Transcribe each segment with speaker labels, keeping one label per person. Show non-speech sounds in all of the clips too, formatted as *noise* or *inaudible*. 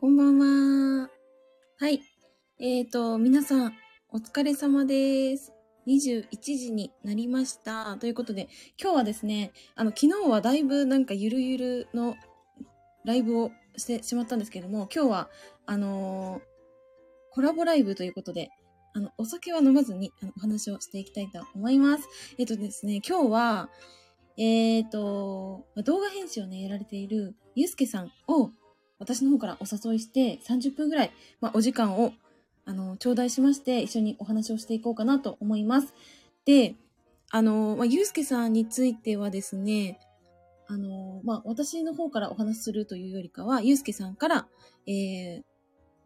Speaker 1: こんばんは。はい。えーと、皆さん、お疲れ様です。21時になりました。ということで、今日はですね、あの、昨日はだいぶなんかゆるゆるのライブをしてしまったんですけども、今日は、あのーコラボライブということで、あの、お酒は飲まずにあのお話をしていきたいと思います。えっ、とですね、今日は、えっ、と、まあ動画編集をね、やられているゆうすけさんを、私の方からお誘いして、30分ぐらい、まあ、お時間を、あの、頂戴しまして、一緒にお話をしていこうかなと思います。で、あの、まあ、ゆうすけさんについてはですね、あの、まあ、私の方からお話しするというよりかは、ゆうすけさんから、えー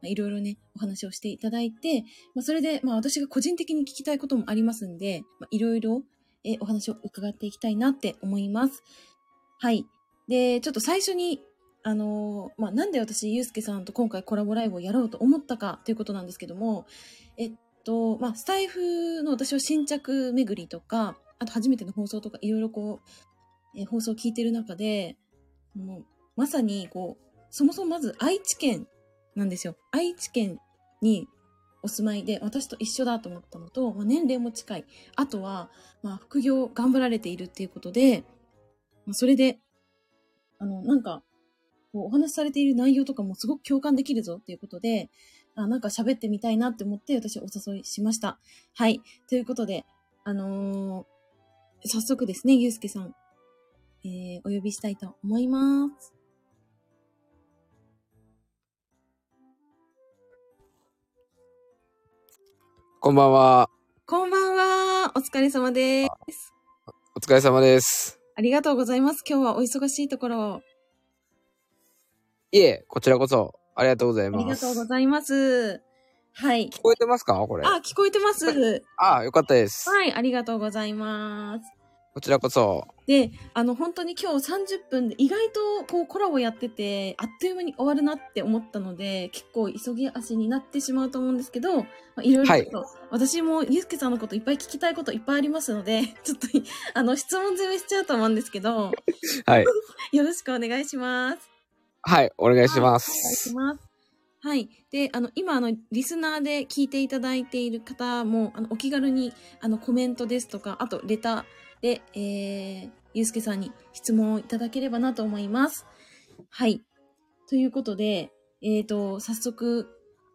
Speaker 1: まあいろいろね、お話をしていただいて、まあ、それで、まあ、私が個人的に聞きたいこともありますんで、まあ、いろいろ、えーお話を伺っていきたいなって思います。はい。で、ちょっと最初に、あのーまあ、なんで私、ゆうすけさんと今回コラボライブをやろうと思ったかということなんですけども、えっと、まあ、スタイフの私は新着巡りとか、あと初めての放送とか、いろいろこう、えー放送を聞いてる中で、もう、まさに、こう、そもそもまず愛知県なんですよ。愛知県にお住まいで、私と一緒だと思ったのと、まあ、年齢も近い。あとは、まあ、副業を頑張られているっていうことで、まあ、それで、あの、なんか、こうお話しされている内容とかもすごく共感できるぞっていうことで、あなんか喋ってみたいなって思って私お誘いしました。はい。ということで、あのー早速ですね、ゆうすけさん、えー、お呼びしたいと思います。
Speaker 2: こんばんは。
Speaker 1: こんばんは。お疲れ様です。
Speaker 2: お疲れ様です。
Speaker 1: ありがとうございます。今日はお忙しいところ、
Speaker 2: いえ、こちらこそ、ありがとうござい
Speaker 1: あり
Speaker 2: ま
Speaker 1: が
Speaker 2: す。
Speaker 1: とうございます。はい。
Speaker 2: 聞こえてますかこれ。
Speaker 1: あ、聞こえてます。
Speaker 2: ああ、よかったです。
Speaker 1: はい、ありがとうございます。
Speaker 2: こちらこそ。
Speaker 1: で、あの、本当に今日30分で意外とこうコラボやってて、あっという間に終わるなって思ったので、結構急ぎ足になってしまうと思うんですけど、まあ、いろいろと、私もゆうすけさんのこといっぱい聞きたいこといっぱいありますので、ちょっと、 *laughs* あの、質問詰めしちゃうと思うんですけど、
Speaker 2: はい。
Speaker 1: よろしくお願いします。
Speaker 2: はい、お願いしま
Speaker 1: お願いし
Speaker 2: す。
Speaker 1: ます。はい。で、あの、今、あの、リスナーで聞いていただいている方も、あの、お気軽に、あの、コメントですとか、あと、レターで、えー、ゆうすけさんに質問をいただければなと思います。はい。ということで、えーと、早速、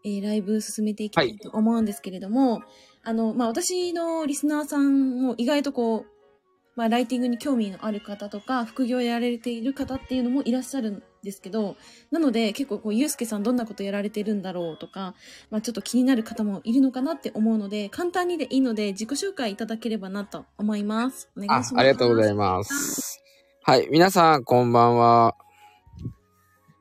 Speaker 1: えーライブ進めていきた
Speaker 2: はいい
Speaker 1: と思うんですけれども、あの、まあ、私のリスナーさんも意外とこう、まあ、ライティングに興味のある方とか、副業やられている方っていうのもいらっしゃるんですけど、なので結構こう、ゆうすけさんどんなことやられてるんだろうとか、まあ、ちょっと気になる方もいるのかなって思うので、簡単にでいいので自己紹介いただければなと思います。お願い
Speaker 2: あ
Speaker 1: します。、
Speaker 2: ありがとうございます。はい、皆さん、こんばんは。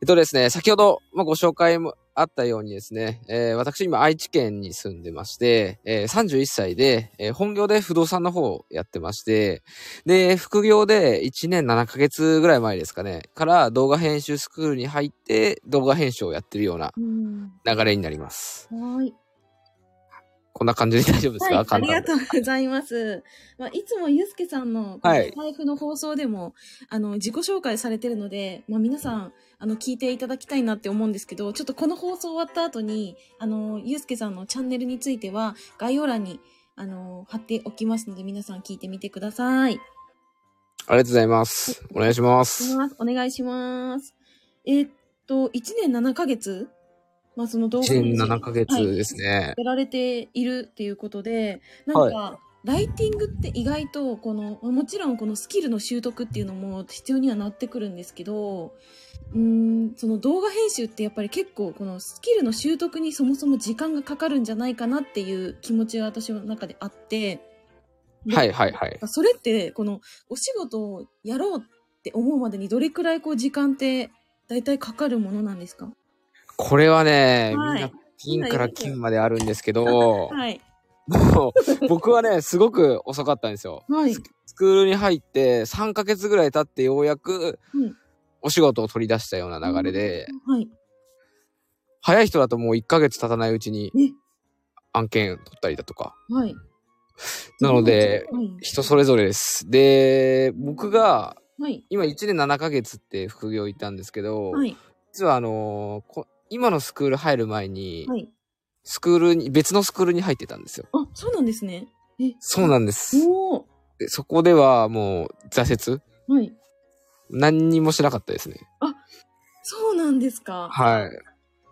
Speaker 2: えっとですね、先ほど、まあ、ご紹介もあったようにですね、えー私今愛知県に住んでまして、えー31歳で、えー本業で不動産の方をやってまして、で、副業で1年7ヶ月ぐらい前ですかね、から動画編集スクールに入って動画編集をやってるような
Speaker 1: うん。
Speaker 2: 流れになります。
Speaker 1: はい。
Speaker 2: こんな感じで大丈夫ですか、
Speaker 1: はい、あ
Speaker 2: 簡
Speaker 1: り
Speaker 2: 単
Speaker 1: が
Speaker 2: で
Speaker 1: とうございます。まあ、いつもゆうすけさんの
Speaker 2: はい
Speaker 1: 財布の放送でも、あの自己紹介されてるので、まあ、皆さんあの聞いていただきたいなって思うんですけど、ちょっとこの放送終わった後にあのゆうすけさんのチャンネルについては概要欄にあの貼っておきますので、皆さん聞いてみてください。
Speaker 2: ありがとうございます。お願いします。
Speaker 1: お願いします。えーっと1年7ヶ月、まあその動画
Speaker 2: 1年
Speaker 1: 編集
Speaker 2: 7ヶ月
Speaker 1: はい
Speaker 2: ですね。
Speaker 1: やられているっていうことでなんか、ライティングって意外とこのもちろんこのスキルの習得っていうのも必要にはなってくるんですけどうーんその動画編集ってやっぱり結構このスキルの習得にそもそも時間がかかるんじゃないかなっていう気持ちが私の中であって。で
Speaker 2: はいはいはい。
Speaker 1: それってこのお仕事をやろうって思うまでにどれくらいこう時間って大体かかるものなんですか
Speaker 2: これはね、
Speaker 1: はい
Speaker 2: みんな金から金まであるんですけど、
Speaker 1: はい。
Speaker 2: もう僕はね、すごく遅かったんですよ。
Speaker 1: はい。
Speaker 2: スクールに入って3ヶ月ぐらい経ってようやく
Speaker 1: うん
Speaker 2: お仕事を取り出したような流れで、
Speaker 1: はい。
Speaker 2: 早い人だともう1ヶ月経たないうちに
Speaker 1: ね
Speaker 2: 案件取ったりだとか。
Speaker 1: はい。
Speaker 2: なので、
Speaker 1: はい、
Speaker 2: 人それぞれです。で、僕が
Speaker 1: はい。
Speaker 2: 今1年7ヶ月って副業行ったんですけど、
Speaker 1: はい。
Speaker 2: 実はあのーこ今のスクール入る前に、
Speaker 1: はい。
Speaker 2: スクールに、別のスクールに入ってたんですよ。
Speaker 1: あ、そうなんですね。え、
Speaker 2: そうなんです。
Speaker 1: おお。
Speaker 2: でそこではもう挫折
Speaker 1: はい。
Speaker 2: 何にもしなかったですね。
Speaker 1: そうなんですか。
Speaker 2: はい。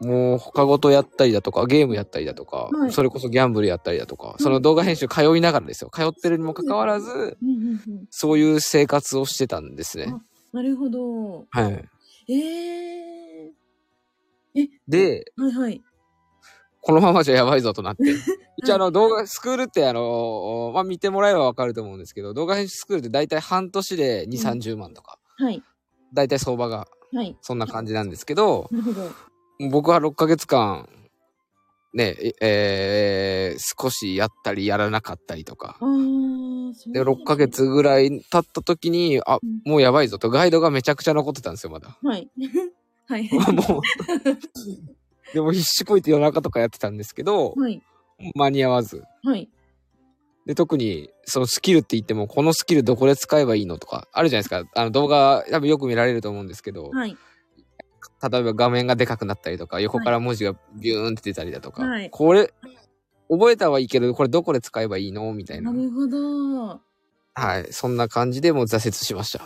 Speaker 2: もう他ごとやったりだとか、ゲームやったりだとか、
Speaker 1: はい
Speaker 2: それこそギャンブルやったりだとか、
Speaker 1: い
Speaker 2: その動画編集通いながらですよ。通ってるにもかかわらず、
Speaker 1: うんうんうん。
Speaker 2: そういう生活をしてたんですね。
Speaker 1: なるほど。
Speaker 2: はい。
Speaker 1: ええ
Speaker 2: で、
Speaker 1: ー。はいはい。
Speaker 2: このままじゃやばいぞとな
Speaker 1: *laughs*
Speaker 2: って。一応あの動画、スクールってあの、まあ、見てもらえばわかると思うんですけど、動画編集スクールって大体半年で2、30万とか、
Speaker 1: はい。
Speaker 2: 大体相場が
Speaker 1: はい。
Speaker 2: そんな感じなんですけど、
Speaker 1: なるほど。
Speaker 2: 僕は6ヶ月間、ね、えー少しやったりやらなかったりとか、
Speaker 1: ああ、そう。
Speaker 2: で、6ヶ。月ぐらい経った時に、あ
Speaker 1: うん、
Speaker 2: もうやばいぞと、ガイドがめちゃくちゃ残ってたんですよ、まだ。
Speaker 1: はい。 *laughs* はい。
Speaker 2: *laughs* もう。でも必死こいて夜中とかやってたんですけど、
Speaker 1: はい。
Speaker 2: 間に合わず。
Speaker 1: はい。
Speaker 2: で、特に、そのスキルって言っても、このスキルどこで使えばいいのとか、あるじゃないですか。あの動画、多分よく見られると思うんですけど、
Speaker 1: はい。
Speaker 2: 例えば画面がでかくなったりとか、横から文字がビューンって出たりだとか、
Speaker 1: はい
Speaker 2: これ、覚えたはいいけど、これどこで使えばいいのみたいな
Speaker 1: な。るほど。
Speaker 2: はい。そんな感じでもう挫折しました。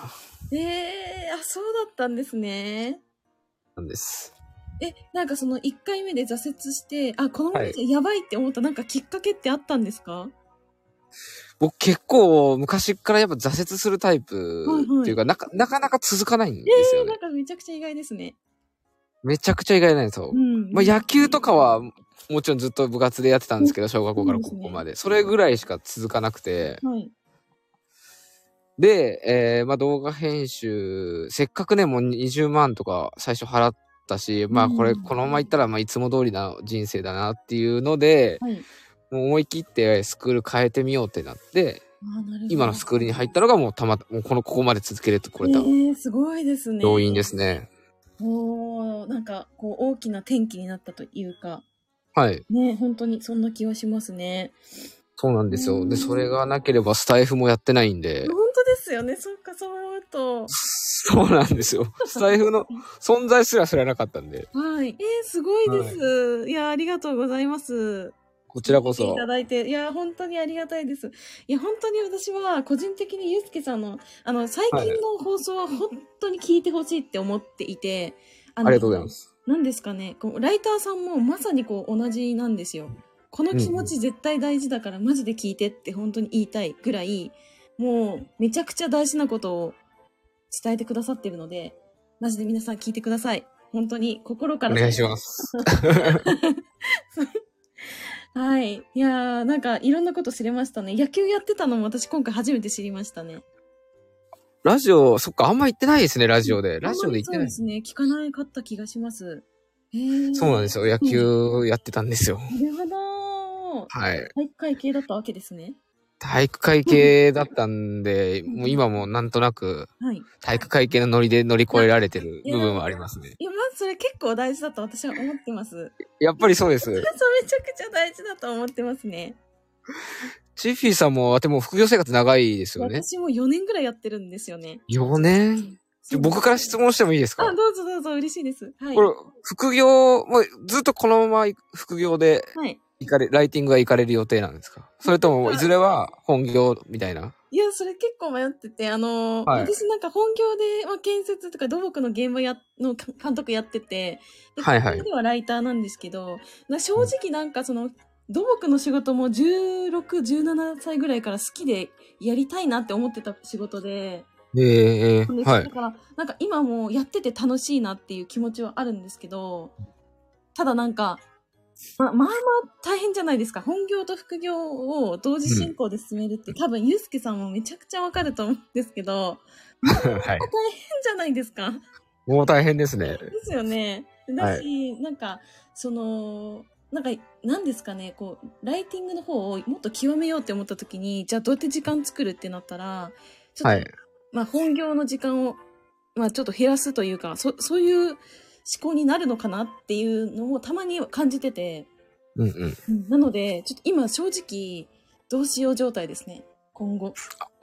Speaker 1: ええー、あ、そうだったんですね。
Speaker 2: なんです。
Speaker 1: え、なんかその1回目で挫折して、あ、このまま
Speaker 2: はい
Speaker 1: じゃやばいって思った、なんかきっかけってあったんですか
Speaker 2: 僕結構昔からやっぱ挫折するタイプ
Speaker 1: はいはい
Speaker 2: っていうか、なかなかなか続かないんですよね
Speaker 1: なん。かめちゃくちゃ意外ですね。
Speaker 2: めちゃくちゃ意外なんですよ
Speaker 1: う。ん。
Speaker 2: まあ野球とかはもちろんずっと部活でやってたんですけど、小学校から高校まで。それぐらいしか続かなくて。
Speaker 1: はい。
Speaker 2: で、えーまあ動画編集、せっかくね、もう20万とか最初払ったし、まあこれ、
Speaker 1: うん
Speaker 2: このままいったら、まあいつも通りな人生だなっていうので、
Speaker 1: はい。
Speaker 2: もう思い切ってスクール変えてみようってなって、
Speaker 1: あなるほど
Speaker 2: 今のスクールに入ったのがもうたま、もうこの、ここまで続けれてこれた
Speaker 1: えー、すごいですね。
Speaker 2: 要因ですね。
Speaker 1: おーなんか、こう、大きな転機になったというか、
Speaker 2: はい。
Speaker 1: ね、本当にそんな気はしますね。
Speaker 2: そうなんです
Speaker 1: う
Speaker 2: よ。
Speaker 1: ん
Speaker 2: で、それがなければスタイフもやってないんで
Speaker 1: 本、当ですよね。そっか、そう思うと。
Speaker 2: そうなんですよ。スタイフの存在すら知らなかったんで、
Speaker 1: はい。えー、すごいです。い、や、ありがとうございます。
Speaker 2: こちらこ
Speaker 1: 来て
Speaker 2: そ
Speaker 1: い。ただいて、いや、本当にありがたいです。いや、本当に私は、個人的にゆうすけさんの、あの、最近の放送は本当に聞いてほしいって思っていて、あ
Speaker 2: あ
Speaker 1: の。
Speaker 2: りがとうございますす。
Speaker 1: 何ですかね、こうライターさんもまさにこう、同じなんですよ。この気持ち絶対大事だから、マジで聞いてって本当に言いたいぐらい、もう、めちゃくちゃ大事なことを伝えてくださってるので、マジで皆さん聞いてください。本当に心か
Speaker 2: お
Speaker 1: ら。
Speaker 2: 願いします。
Speaker 1: *laughs* はい。いやー、なんかいろんなこと知れましたね。野球やってたのも私今回初めて知りましたね。
Speaker 2: ラジオ、そっか、あんま行ってないですね、ラジオで。ラジオで行って
Speaker 1: あんま
Speaker 2: な
Speaker 1: り
Speaker 2: い。
Speaker 1: そうですね。聞かなかった気がします。へー
Speaker 2: そうなんですよ。野球やってたんですよ。
Speaker 1: なるほど。
Speaker 2: はい。
Speaker 1: 体育会系だったわけですね。
Speaker 2: 体育会系だったんで、
Speaker 1: うん
Speaker 2: もう今もなんとなく
Speaker 1: はい。
Speaker 2: 体育会系のノリで乗り越えられてる
Speaker 1: いや
Speaker 2: 部分はありますね。
Speaker 1: いや、まずそれ結構大事だと私は思ってます。 *laughs* そう、
Speaker 2: やっぱりそうです。
Speaker 1: めちゃくちゃ大事だと思ってますね。
Speaker 2: チッフィーさんも、でも副業生活長いですよね。
Speaker 1: 私も4年ぐらいやってるんですよね。
Speaker 2: 4年僕から質問してもいいですか
Speaker 1: あ、どうぞどうぞ、嬉しいです。はい。
Speaker 2: これ、副業、もうずっとこのまま副業で
Speaker 1: はい。
Speaker 2: 行かれ、ライティングは行かれる予定なんですかそれとも、
Speaker 1: あ
Speaker 2: いずれは本業みたいな。
Speaker 1: いや、それ結構迷ってて、あのー
Speaker 2: はい
Speaker 1: 私なんか本業で、まあ、建設とか土木の現場やのか監督やってて、で
Speaker 2: はいはい
Speaker 1: 本業ではライターなんですけど、な正直なんかその、土木の仕事も16、17歳ぐらいから好きでやりたいなって思ってた仕事で、
Speaker 2: ええ
Speaker 1: で
Speaker 2: は
Speaker 1: だ
Speaker 2: い。
Speaker 1: から、なんか今もやってて楽しいなっていう気持ちはあるんですけど、ただなんか、ま、まあまあ大変じゃないですか。本業と副業を同時進行で進めるって、多分、ゆうすけさんもめちゃくちゃわかると思うんですけど、
Speaker 2: はい。
Speaker 1: 変じゃないですか。
Speaker 2: もう大変ですね。
Speaker 1: ですよね。だし、なんか、その、なんか、なんですかね、こう、ライティングの方をもっと極めようって思った時に、じゃあどうやって時間作るってなったら、ちょっと
Speaker 2: はい。
Speaker 1: まあ、本業の時間を、まあ、ちょっと減らすというか、そそういう思考になるのかなっていうのもたまに感じてて、
Speaker 2: うんうん。
Speaker 1: なので、ちょっと今正直、どうしよう状態ですね。今後。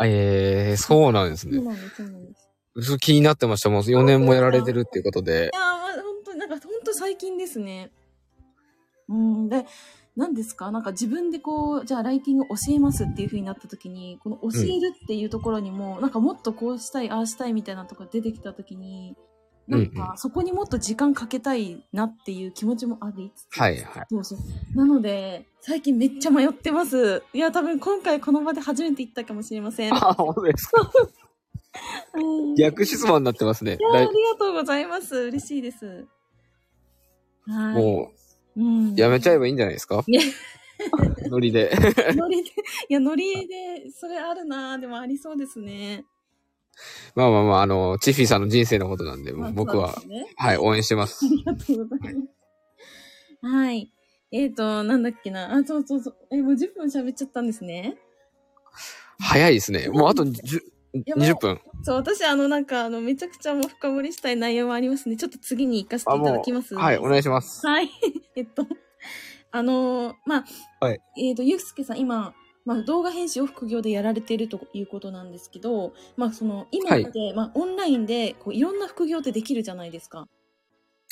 Speaker 2: ええそうなんです
Speaker 1: そう
Speaker 2: ね。
Speaker 1: なんです、そうなんです。
Speaker 2: そう気になってました。もう4年もやられてるっていうことで
Speaker 1: い。やー、まあ、本当になんか、本と最近ですね。うん、で、何ですかなんか自分でこう、じゃあライティング教えますっていう風になった時に、この教えるっていうところにも、なんかもっとこうしたい、ああしたいみたいなとこ出てきた時に、なん
Speaker 2: うん
Speaker 1: かそこにもっと時間かけたいなっていう気持ちもありつつ、
Speaker 2: はいはい。
Speaker 1: そうそう。なので、最近めっちゃ迷ってます。いや、多分今回この場で初めて行ったかもしれません。
Speaker 2: あ、本当ですか。
Speaker 1: うん
Speaker 2: 逆質問になってますね。
Speaker 1: いや
Speaker 2: だ
Speaker 1: あ
Speaker 2: い
Speaker 1: りがとうございます。嬉しいです。はい。
Speaker 2: も
Speaker 1: う、ん、
Speaker 2: う、やめちゃえ
Speaker 1: ば
Speaker 2: ばいいんじゃないですか
Speaker 1: いや
Speaker 2: ノリで。 *laughs*
Speaker 1: ノリで、いや、ノリで、それあるなぁでもありそうですね。
Speaker 2: まあまあまあ、あの、チッフィーさんの人生のことなんで、
Speaker 1: まあ
Speaker 2: 僕は
Speaker 1: そ、うですね
Speaker 2: はい、応援してます。
Speaker 1: ありがとうございます。はい。えっ、と、なんだっけな。あ、そうそうそう。え、もう10分喋っちゃったんですね。
Speaker 2: 早いですね。もうあと10
Speaker 1: やばい
Speaker 2: 20分。
Speaker 1: そう、私、あの、なんか、あの、めちゃくちゃもう深掘りしたい内容はありますね。ちょっと次に行かせていただきます。
Speaker 2: はい、お願いします。
Speaker 1: はい。 *laughs* えっと、あのーまあ、
Speaker 2: はい
Speaker 1: えっ、と、ゆうすけさん、今、まあ、動画編集を副業でやられているということなんですけど、まあ、その、今って、まあ、オンラインで、こう、いろんな副業ってできるじゃないですか。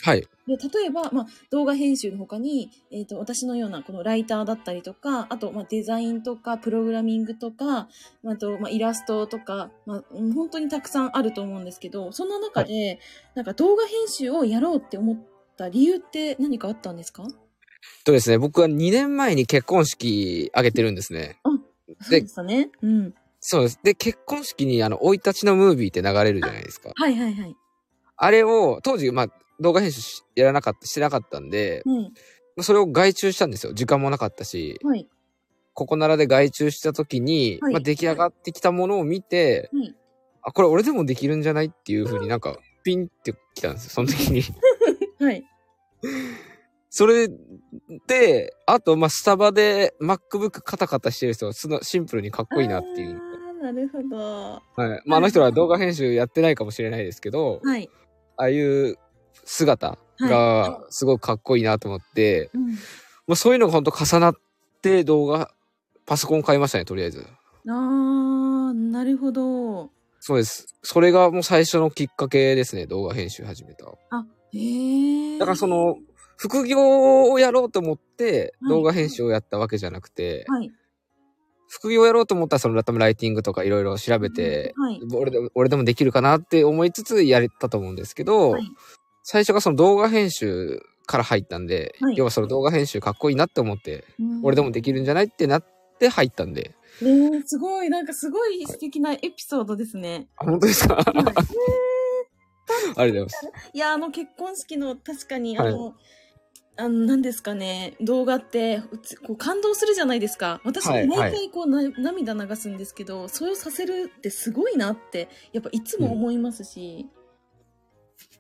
Speaker 2: はい。
Speaker 1: で、例えば、まあ、動画編集の他に、えっ、と、私のような、このライターだったりとか、あと、まあ、デザインとか、プログラミングとか、まああと、まあ、イラストとか、まあ、うん本当にたくさんあると思うんですけど、そんな中で、なんか動画編集をやろうって思った理由って何かあったんですか
Speaker 2: とですね、僕は2年前に結婚式挙げてるんですね。
Speaker 1: そうでしたね。うん。
Speaker 2: そうです。で、結婚式にあの、生い立ちのムービーって流れるじゃないですか。
Speaker 1: はいはいはい。
Speaker 2: あれを、当時、まあ、動画編集しやらなかった、してなかったんで、
Speaker 1: はい。
Speaker 2: それを外注したんですよ。時間もなかったし、
Speaker 1: はい。
Speaker 2: ここならで外注した時に、
Speaker 1: はい
Speaker 2: まあ、出来上がってきたものを見て、
Speaker 1: はい
Speaker 2: あ、これ俺でもできるんじゃないっていう風になんか、ピンってきたんですよ。その時に。 *laughs*
Speaker 1: はい。
Speaker 2: それで、あと、まあ、スタバで MacBook カタカタしてる人は、そのシンプルにかっこいいなっていう。
Speaker 1: ああ、なるほど。
Speaker 2: はい。まあ、あの人は動画編集やってないかもしれないですけど、
Speaker 1: はい。
Speaker 2: ああいう姿がすごくかっこいいなと思って、
Speaker 1: う
Speaker 2: もうそういうのが本当重なって動画、パソコン買いましたね、とりあえず。
Speaker 1: ん。ああ、なるほど。
Speaker 2: そうです。それがもう最初のきっかけですね、動画編集始めた。
Speaker 1: あ、へえ。
Speaker 2: だからそ、の、副業をやろうと思って
Speaker 1: はい
Speaker 2: 動画編集をやったわけじゃなくて、
Speaker 1: はい。
Speaker 2: 副業をやろうと思ったらそのラタムライティングとかいろいろ調べて、
Speaker 1: はい。
Speaker 2: 俺でも俺でもできるかなって思いつつやれたと思うんですけど、
Speaker 1: はい
Speaker 2: 最初がその動画編集から入ったんで、
Speaker 1: はい
Speaker 2: 要はその動画編集かっこいいなって思って、俺でもできるんじゃないってなって入ったんで。
Speaker 1: えー、すごい、なんかすごい素敵なエピソードです *laughs* ね。
Speaker 2: あ本当ですかあ
Speaker 1: は
Speaker 2: り
Speaker 1: い
Speaker 2: がとうございます。
Speaker 1: いや、あの、結婚式の、確かに、あの、あの、なんですかね、動画って、うつこう、感動するじゃないですか。私、
Speaker 2: はい
Speaker 1: 毎回、こう、な涙流すんですけど、それをさせるってすごいなって、やっぱ、いつも思いますし、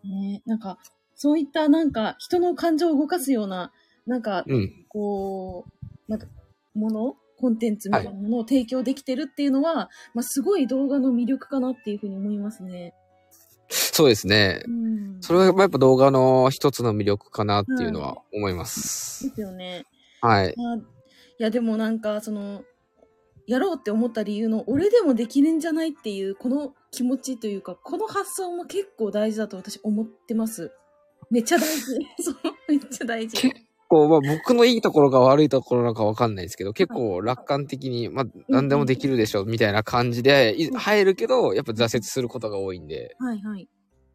Speaker 1: ね、なんか、そういった、なんか、人の感情を動かすような、なんか、
Speaker 2: うん。
Speaker 1: こう、なんか、ものコンテンツみたいなものを提供できてるっていうのは、まあ、すごい動画の魅力かなっていうふうに思いますね。
Speaker 2: そうですね。
Speaker 1: うん。
Speaker 2: それがやっぱ動画の一つの魅力かなっていうのは思います。
Speaker 1: ですよね。
Speaker 2: はい。
Speaker 1: あいやでもなんかそのやろうって思った理由の俺でもできるんじゃないっていうこの気持ちというかこの発想も結構大事だと私思ってますめっちゃ大事 *laughs* そうめっちゃ大事
Speaker 2: こう、まあ僕のいいところが悪いところなんかわかんないですけど、結構楽観的に、まあ何でもできるでしょみたいな感じでい入るけど、やっぱ挫折することが多いんで。
Speaker 1: はいはい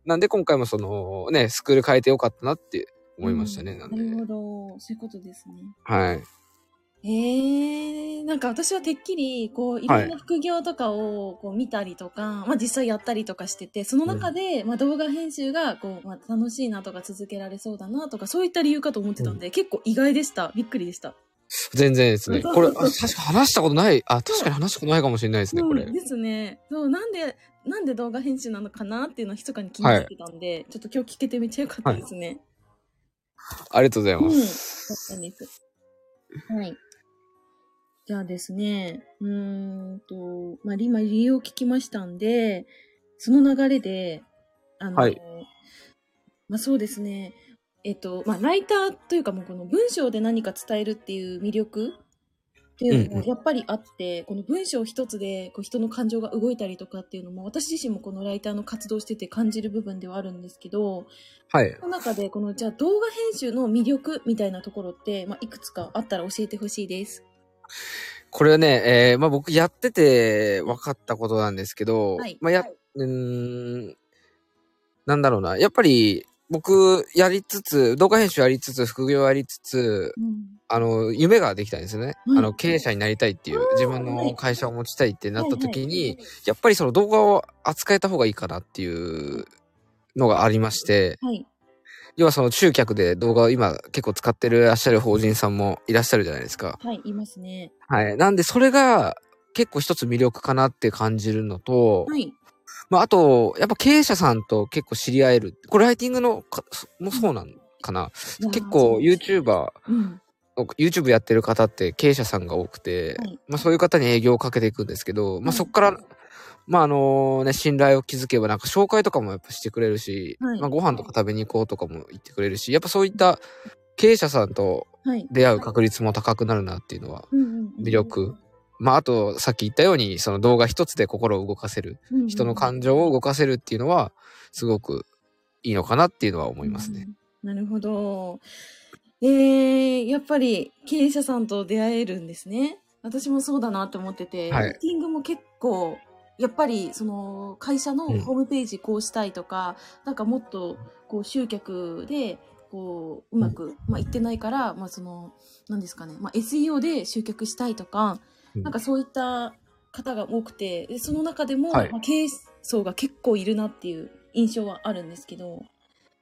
Speaker 2: なんで今回もその、ね、スクール変えてよかったなって思いましたね。
Speaker 1: うん
Speaker 2: なん
Speaker 1: な
Speaker 2: で。
Speaker 1: るほどそういうことですね
Speaker 2: はい。
Speaker 1: えー、なんか私はてっきりこういろんな副業とかをこう見たりとか、まあ、実際やったりとかしててその中で、まあ、動画編集がこう、まあ、楽しいなとか続けられそうだなとかそういった理由かと思ってたんで、結構意外でしたびっくりでした。
Speaker 2: 全然ですね。
Speaker 1: そう
Speaker 2: これ、あ
Speaker 1: そうそう
Speaker 2: 確か話したことない。あ、確かに話したことないかもしれないですね、これ
Speaker 1: うん、。ですねそうなんでなんで動画編集なのかなっていうのは密かに気になってたんで、ちょっと今日聞けてめっちゃ良かったですね、
Speaker 2: ありがとうござい
Speaker 1: うん
Speaker 2: ま
Speaker 1: そう
Speaker 2: す。
Speaker 1: なんですはいじゃあですねうーんとまあ今理由を聞きましたんでその流れであの、
Speaker 2: はい
Speaker 1: まあそうですねえっとまあライターというかもうこの文章で何か伝えるっていう魅力っていうのもやっぱりあって、この文章一つでこう人の感情が動いたりとかっていうのも私自身もこのライターの活動してて感じる部分ではあるんですけど
Speaker 2: はい。
Speaker 1: その中でこのじゃあ動画編集の魅力みたいなところって、まあ、いくつかあったら教えてほしいです。
Speaker 2: これはね、えーまあ僕やってて分かったことなんですけど、
Speaker 1: はい、
Speaker 2: まあや、
Speaker 1: はい、
Speaker 2: うーん、なんだろうな。やっぱり、僕、やりつつ、動画編集やりつつ、副業やりつつ、
Speaker 1: うん
Speaker 2: あの、夢ができたんですよね。
Speaker 1: うん
Speaker 2: あの、経営者になりたいっていう、自分の会社を持ちたいってなった時に、
Speaker 1: はい
Speaker 2: やっぱりその動画を扱えた方がいいかなっていうのがありまして、
Speaker 1: はい、
Speaker 2: 要はその集客で動画を今結構使ってらっしゃる法人さんもいらっしゃるじゃないですか。
Speaker 1: はい、いますね。
Speaker 2: はい。なんでそれが結構一つ魅力かなって感じるのと、
Speaker 1: はい、
Speaker 2: まああと、やっぱ経営者さんと結構知り合える。これライティングのかもそうなんかな。結構 YouTuber、
Speaker 1: うん、
Speaker 2: YouTube やってる方って経営者さんが多くて、
Speaker 1: はい
Speaker 2: まあそういう方に営業をかけていくんですけど、
Speaker 1: は
Speaker 2: まあ
Speaker 1: い
Speaker 2: そこから、まああのね、信頼を築けばなんか紹介とかもやっぱしてくれるし、
Speaker 1: はい
Speaker 2: まあご飯とか食べに行こうとかも言ってくれるし、やっぱそういった経営者さんと
Speaker 1: はい、
Speaker 2: 出会う確率も高くなるなっていうのは
Speaker 1: うんうんうん
Speaker 2: 魅力。まああとさっき言ったようにその動画一つで心を動かせる、
Speaker 1: うんうん
Speaker 2: 人の感情を動かせるっていうのはすごくいいのかなっていうのは思いますね。
Speaker 1: うん。なるほど。えー、やっぱり経営者さんと出会えるんですね。私もそうだなと思ってて、
Speaker 2: はい
Speaker 1: ミーティングも結構、やっぱりその会社の
Speaker 2: うん
Speaker 1: ホームページこうしたいとか、なんかもっとこう集客で、こう、うまく、まあ、いってないから、まあ、その、なんですかね、まあ、SEO で集客したいとか、
Speaker 2: うん
Speaker 1: なんかそういった方が多くて、でその中でも、
Speaker 2: はい
Speaker 1: まあ、経営層が結構いるなっていう印象はあるんですけど、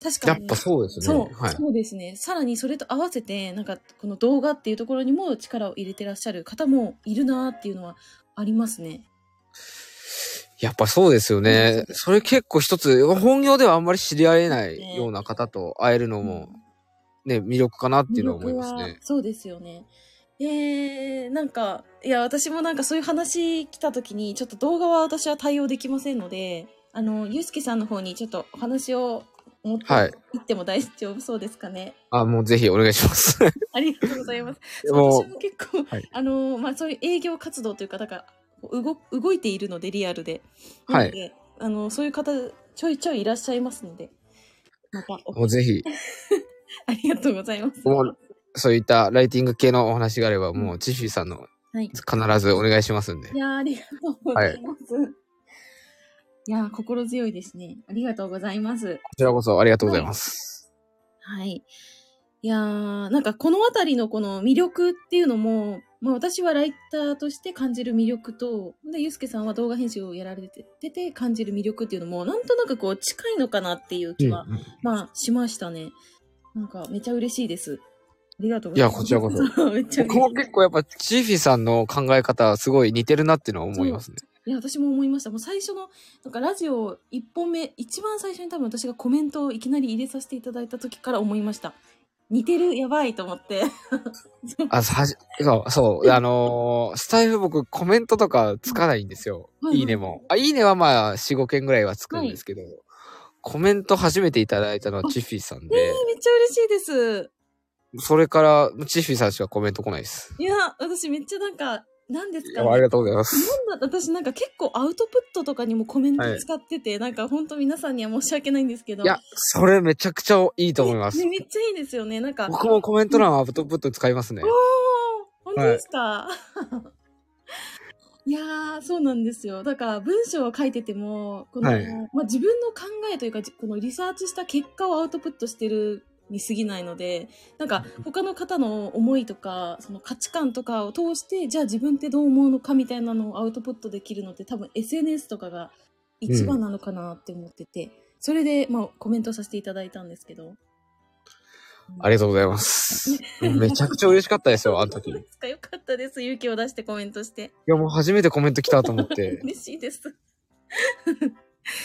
Speaker 1: 確か
Speaker 2: や
Speaker 1: に。
Speaker 2: っぱそうです
Speaker 1: そう
Speaker 2: ね。、はい。
Speaker 1: そうですね。さらにそれと合わせて、なんかこの動画っていうところにも力を入れてらっしゃる方もいるなっていうのはありますね。
Speaker 2: やっぱそうですよね。それ結構一つ、本業ではあんまり知り合えないような方と会えるのも、ね、魅力かなっていうのは思います
Speaker 1: 魅力
Speaker 2: ね
Speaker 1: は。そうですよね。えー、なんか、いや、私もなんかそういう話来た時に、ちょっと動画は私は対応できませんので、あの、ゆうすけさんの方にちょっとお話を持って
Speaker 2: はい
Speaker 1: 行っても大丈夫そうですかね。
Speaker 2: あ、もうぜひお願いし
Speaker 1: *laughs*
Speaker 2: ます。
Speaker 1: ありがとうございます。
Speaker 2: も
Speaker 1: 私も結構、
Speaker 2: はい
Speaker 1: あのーまあそういう営業活動というかだからこう動動いているのでリアルで、
Speaker 2: はい
Speaker 1: なのであのーそういう方ちょいちょいいらっしゃいますのでまた
Speaker 2: う、
Speaker 1: お *laughs*
Speaker 2: もうぜひ、
Speaker 1: ありがとうございます。
Speaker 2: もうそういったライティング系のお話があれば、
Speaker 1: ん
Speaker 2: もうチッフィーさんの
Speaker 1: はい。
Speaker 2: 必ずお願いしますんで
Speaker 1: い。やーありがとうございます。い、やー心強いですね。ありがとうございます。
Speaker 2: こちらこそありがとうございます。
Speaker 1: はい。いやーなんかこの辺りのこの魅力っていうのも、まあ私はライターとして感じる魅力と、で、ゆうすけさんは動画編集をやられてて感じる魅力っていうのも、なんとなくこう近いのかなっていう
Speaker 2: うん
Speaker 1: 気は、
Speaker 2: うん
Speaker 1: まあしましたね。なんかめちゃ嬉しいです。ありがとうご
Speaker 2: い
Speaker 1: ざい
Speaker 2: や、
Speaker 1: ます。
Speaker 2: こちらこそ。
Speaker 1: そう。 *laughs* めっちゃ嬉し
Speaker 2: 僕
Speaker 1: い
Speaker 2: も結構やっぱチーフィーさんの考え方すごい似てるなっていうのは思いますね。
Speaker 1: いや、私も思いました。もう最初の、なんかラジオ一本目、一番最初に多分私がコメントをいきなり入れさせていただいた時から思いました。似てる、やばいと思って。
Speaker 2: あ、さじ、そ
Speaker 1: *laughs*
Speaker 2: う、そう、あのースタイフ僕コメントとかつかないんですよ。
Speaker 1: はいはい
Speaker 2: いいねも。あ、いいねはまあ、4、5件ぐらいはつくんですけど、コメント初めていただいたのはチッフィーさんで、
Speaker 1: めっちゃ嬉しいです。
Speaker 2: それからチッフィーさんしかコメント来ないです。
Speaker 1: いや、私めっちゃなんか、なんです
Speaker 2: い
Speaker 1: か
Speaker 2: やあり
Speaker 1: ね。
Speaker 2: がとうございます。
Speaker 1: なんだ私なんか結構アウトプットとかにもコメント
Speaker 2: はい
Speaker 1: 使ってて、なんか本当皆さんには申し訳ないんですけど。
Speaker 2: いや、それめちゃくちゃいいと思います
Speaker 1: ね。めっちゃいいですよね。なんか、
Speaker 2: 僕もコメント欄はアウトプット使いますね
Speaker 1: おー。本当ですか、い、やーそうなんですよだから文章を書いててもこの、
Speaker 2: はい
Speaker 1: まあ、自分の考えというかじこのリサーチした結果をアウトプットしてるに過ぎないのでなんか他の方の思いとかその価値観とかを通してじゃあ自分ってどう思うのかみたいなのをアウトプットできるのって多分 SNS とかが一番なのかなって思ってて、それで、まあ、コメントさせていただいたんですけど。
Speaker 2: ありがとうございます。めちゃくちゃ嬉しかったですよ、あの時。い
Speaker 1: そうですか。よかったです。勇気を出してコメントして。
Speaker 2: や、もう初めてコメント来たと思って。
Speaker 1: 嬉しいです。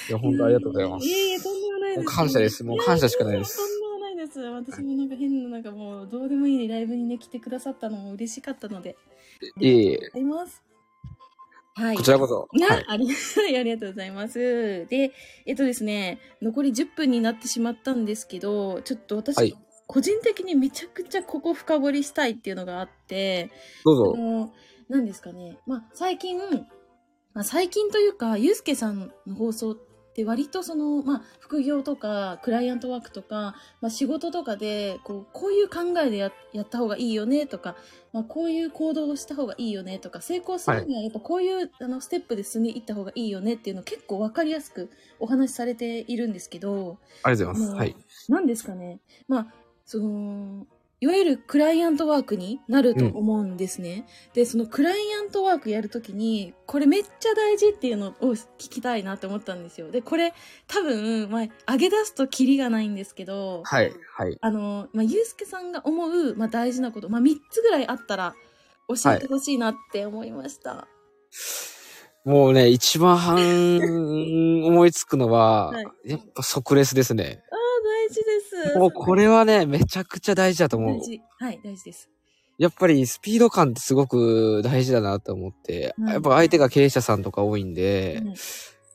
Speaker 2: いや、本当ありがとうございます。
Speaker 1: いえいえ、とんでもない
Speaker 2: も
Speaker 1: で
Speaker 2: う
Speaker 1: す。
Speaker 2: 感謝です。もう感謝しかな
Speaker 1: い
Speaker 2: いで
Speaker 1: や。
Speaker 2: す
Speaker 1: と。んでもないです。私もなんか変な、なんかもう、どうでもいいライブにね、来てくださったのも嬉しかったので。
Speaker 2: いえいえ。
Speaker 1: あります。はい。
Speaker 2: こちらこそ。
Speaker 1: な、
Speaker 2: はい。
Speaker 1: あり *laughs* ありがとうございます。で、えっとですね、残り10分になってしまったんですけど、ちょっと私、
Speaker 2: はい
Speaker 1: 個人的にめちゃくちゃここ深掘りしたいっていうのがあって、
Speaker 2: どうぞ。
Speaker 1: もう、何ですかね。まあ、最近、まあ、最近というか、ゆうすけさんの放送って割とその、まあ、副業とか、クライアントワークとか、まあ、仕事とかで、こう、こういう考えでややった方がいいよねとか、まあ、こういう行動をした方がいいよねとか、成功するにはやっぱこういう、あの、ステップで進んでいった方がいいよねっていうのを結構わかりやすくお話しされているんですけど、
Speaker 2: ありがとうございます。
Speaker 1: もう
Speaker 2: はい。
Speaker 1: 何ですかね。まあ、その、いわゆるクライアントワークになると思うんですね。で、そのクライアントワークやるときに、これめっちゃ大事っていうのを聞きたいなって思ったんですよ。で、これ多分、まあ、上げ出すとキリがないんですけど、
Speaker 2: はい。はい。
Speaker 1: あの、まあ、ゆうすけさんが思う、まあ、大事なこと、まあ、3つぐらいあったら教えてほしいなって思いました。
Speaker 2: もうね、一番思いつくのは、
Speaker 1: はい
Speaker 2: やっぱ即レスですね。
Speaker 1: 大事です。
Speaker 2: もうこれはね、めちゃくちゃ大事だと思う
Speaker 1: 大。事。はい、大事です。
Speaker 2: やっぱりスピード感ってすごく大事だなと思って、
Speaker 1: うん
Speaker 2: やっぱ相手が経営者さんとか多いんで、
Speaker 1: うん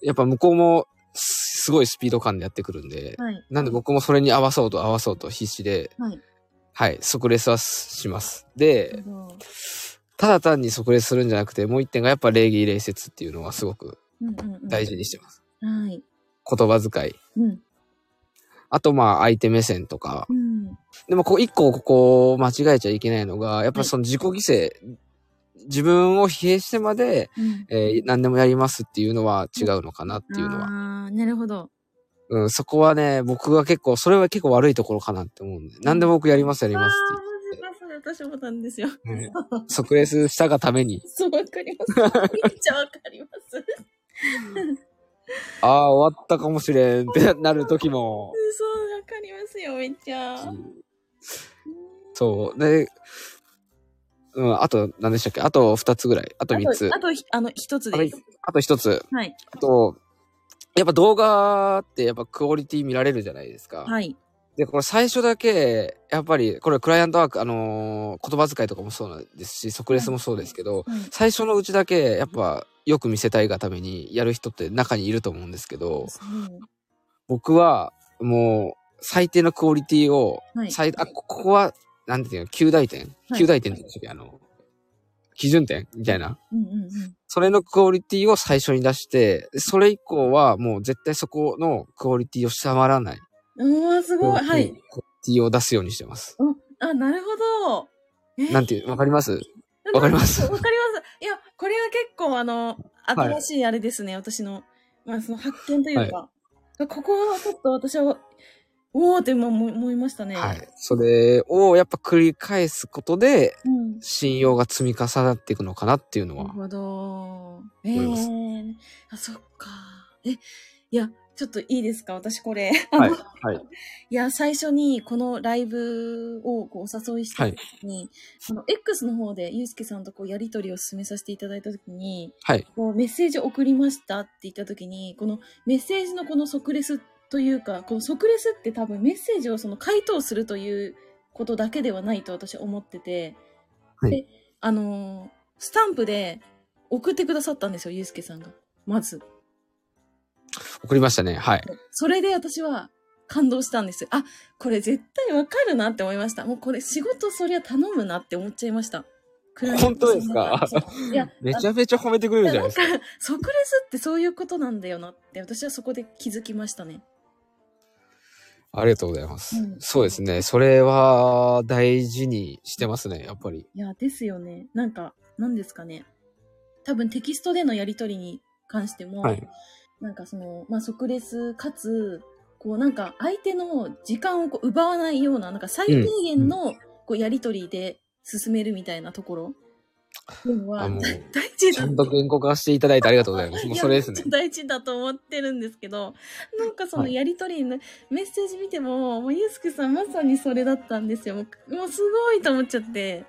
Speaker 2: やっぱ向こうもすすごいスピード感でやってくるんで、
Speaker 1: はい。
Speaker 2: なんで僕もそれに合わそうと合わそうと必死で、
Speaker 1: はい。
Speaker 2: はい、即レスはします。で、ただ単に即レスするんじゃなくて、もう一点がやっぱ礼儀礼節っていうのはすごく大
Speaker 1: 事。
Speaker 2: 事にしてます。
Speaker 1: はい。
Speaker 2: 言葉遣い。
Speaker 1: うん。
Speaker 2: あとまあ相手目線とか。
Speaker 1: うん。
Speaker 2: でもこう一個ここ間違えちゃいけないのが、やっぱその自己犠牲、自分を疲弊してまで、
Speaker 1: うん
Speaker 2: えー何でもやりますっていうのは違うのかなっていうのは。
Speaker 1: ああ、なるほど。
Speaker 2: うん、そこはね、僕は結構、それは結構悪いところかなって思うんで。何でも僕やりますやり
Speaker 1: ああー、
Speaker 2: ま
Speaker 1: マ
Speaker 2: す
Speaker 1: ジか、それ私もなんですよ。
Speaker 2: って。ね、即レスしたがために、
Speaker 1: そう、わかります。めっちゃわかります。
Speaker 2: ああ、終わったかもしれんってなる時も。
Speaker 1: そう、わかりますよ、めっちゃ。
Speaker 2: そう。で、うん、あと、何でしたっけあと2つぐらい。あと3つ。
Speaker 1: あと、あとあの、一つ
Speaker 2: あと
Speaker 1: です。
Speaker 2: あと1つ。
Speaker 1: はい。
Speaker 2: あと、やっぱ動画ってやっぱクオリティ見られるじゃないですか。
Speaker 1: はい。
Speaker 2: で、これ最初だけ、やっぱり、これクライアントワーク、あのー言葉遣いとかもそうなんですし、即レスもそうですけど、
Speaker 1: はい
Speaker 2: 最初のうちだけ、やっぱ、よく見せたいがためにやる人って中にいると思うんですけど、
Speaker 1: そう
Speaker 2: 僕は、もう、最低のクオリティを、
Speaker 1: はい。
Speaker 2: 最あ、こここは、なんていうの、9大点
Speaker 1: はい
Speaker 2: ?9 大点って言ったっけあの、基準点みたいな。
Speaker 1: うんうんうん。
Speaker 2: それのクオリティを最初に出して、それ以降はもう絶対そこのクオリティを下回らない。
Speaker 1: うわ、すごい。は
Speaker 2: うん
Speaker 1: い。
Speaker 2: クオリティを出すようにしてます。
Speaker 1: あ、なるほど。え
Speaker 2: なんていう、わかりますわかります
Speaker 1: わかります。いや、これは結構、あの、新しいあれですね、私の、まあ、その発見というか、ここはちょっと私は、おおって今思い思いましたね。
Speaker 2: はい。それをやっぱ繰り返すことで、
Speaker 1: うん。
Speaker 2: 信用が積み重なっていくのかなっていうの
Speaker 1: なる
Speaker 2: は。
Speaker 1: ほど。ええ
Speaker 2: います
Speaker 1: ー、あ、そっか。え、いや、ちょっといいですか私これ。
Speaker 2: は
Speaker 1: あ
Speaker 2: い。
Speaker 1: の
Speaker 2: はい。
Speaker 1: *laughs* いや、最初にこのライブをこうお誘いした時に、あの、X の方でゆうすけさんとこうやりとりを進めさせていただいた時に、
Speaker 2: はい。
Speaker 1: こうメッセージ送りましたって言った時にこのメッセージのこの即レスというかこの即レスって多分メッセージをその回答するということだけではないと私は思ってて、
Speaker 2: はい
Speaker 1: であのースタンプで送ってくださったんですよゆうすけさんがまず
Speaker 2: 送りましたね。はい。
Speaker 1: それで私は感動したんですあこれ絶対わかるなって思いましたもうこれ仕事そりゃ頼むなって思っちゃいました
Speaker 2: 本当ですか
Speaker 1: いや
Speaker 2: *laughs* めちゃめちゃ褒めてくれるじゃないですか。
Speaker 1: なんか、即レスってそういうことなんだよなって、私はそこで気づきましたね。
Speaker 2: ありがとうございます。
Speaker 1: うん
Speaker 2: そうですね。それは大事にしてますね、やっぱり。
Speaker 1: いや、ですよね。なんか、なんですかね。多分テキストでのやりとりに関しても、
Speaker 2: はい
Speaker 1: なんかその、まあ、即レスかつ、こうなんか相手の時間をこう奪わないような、なんか最低限のこうやりとりで進めるみたいなところっていうのは
Speaker 2: あもう
Speaker 1: 大大事
Speaker 2: ち
Speaker 1: だ
Speaker 2: ゃんと原告化していただいてありがとうございます。もうそれです
Speaker 1: い
Speaker 2: ね
Speaker 1: やめっちゃ。大事だと思ってるんですけど、なんかその
Speaker 2: はい
Speaker 1: やりとりのメッセージ見ても、もうゆうすけさんまさにそれだったんですよ。もうもうすごいと思っちゃって。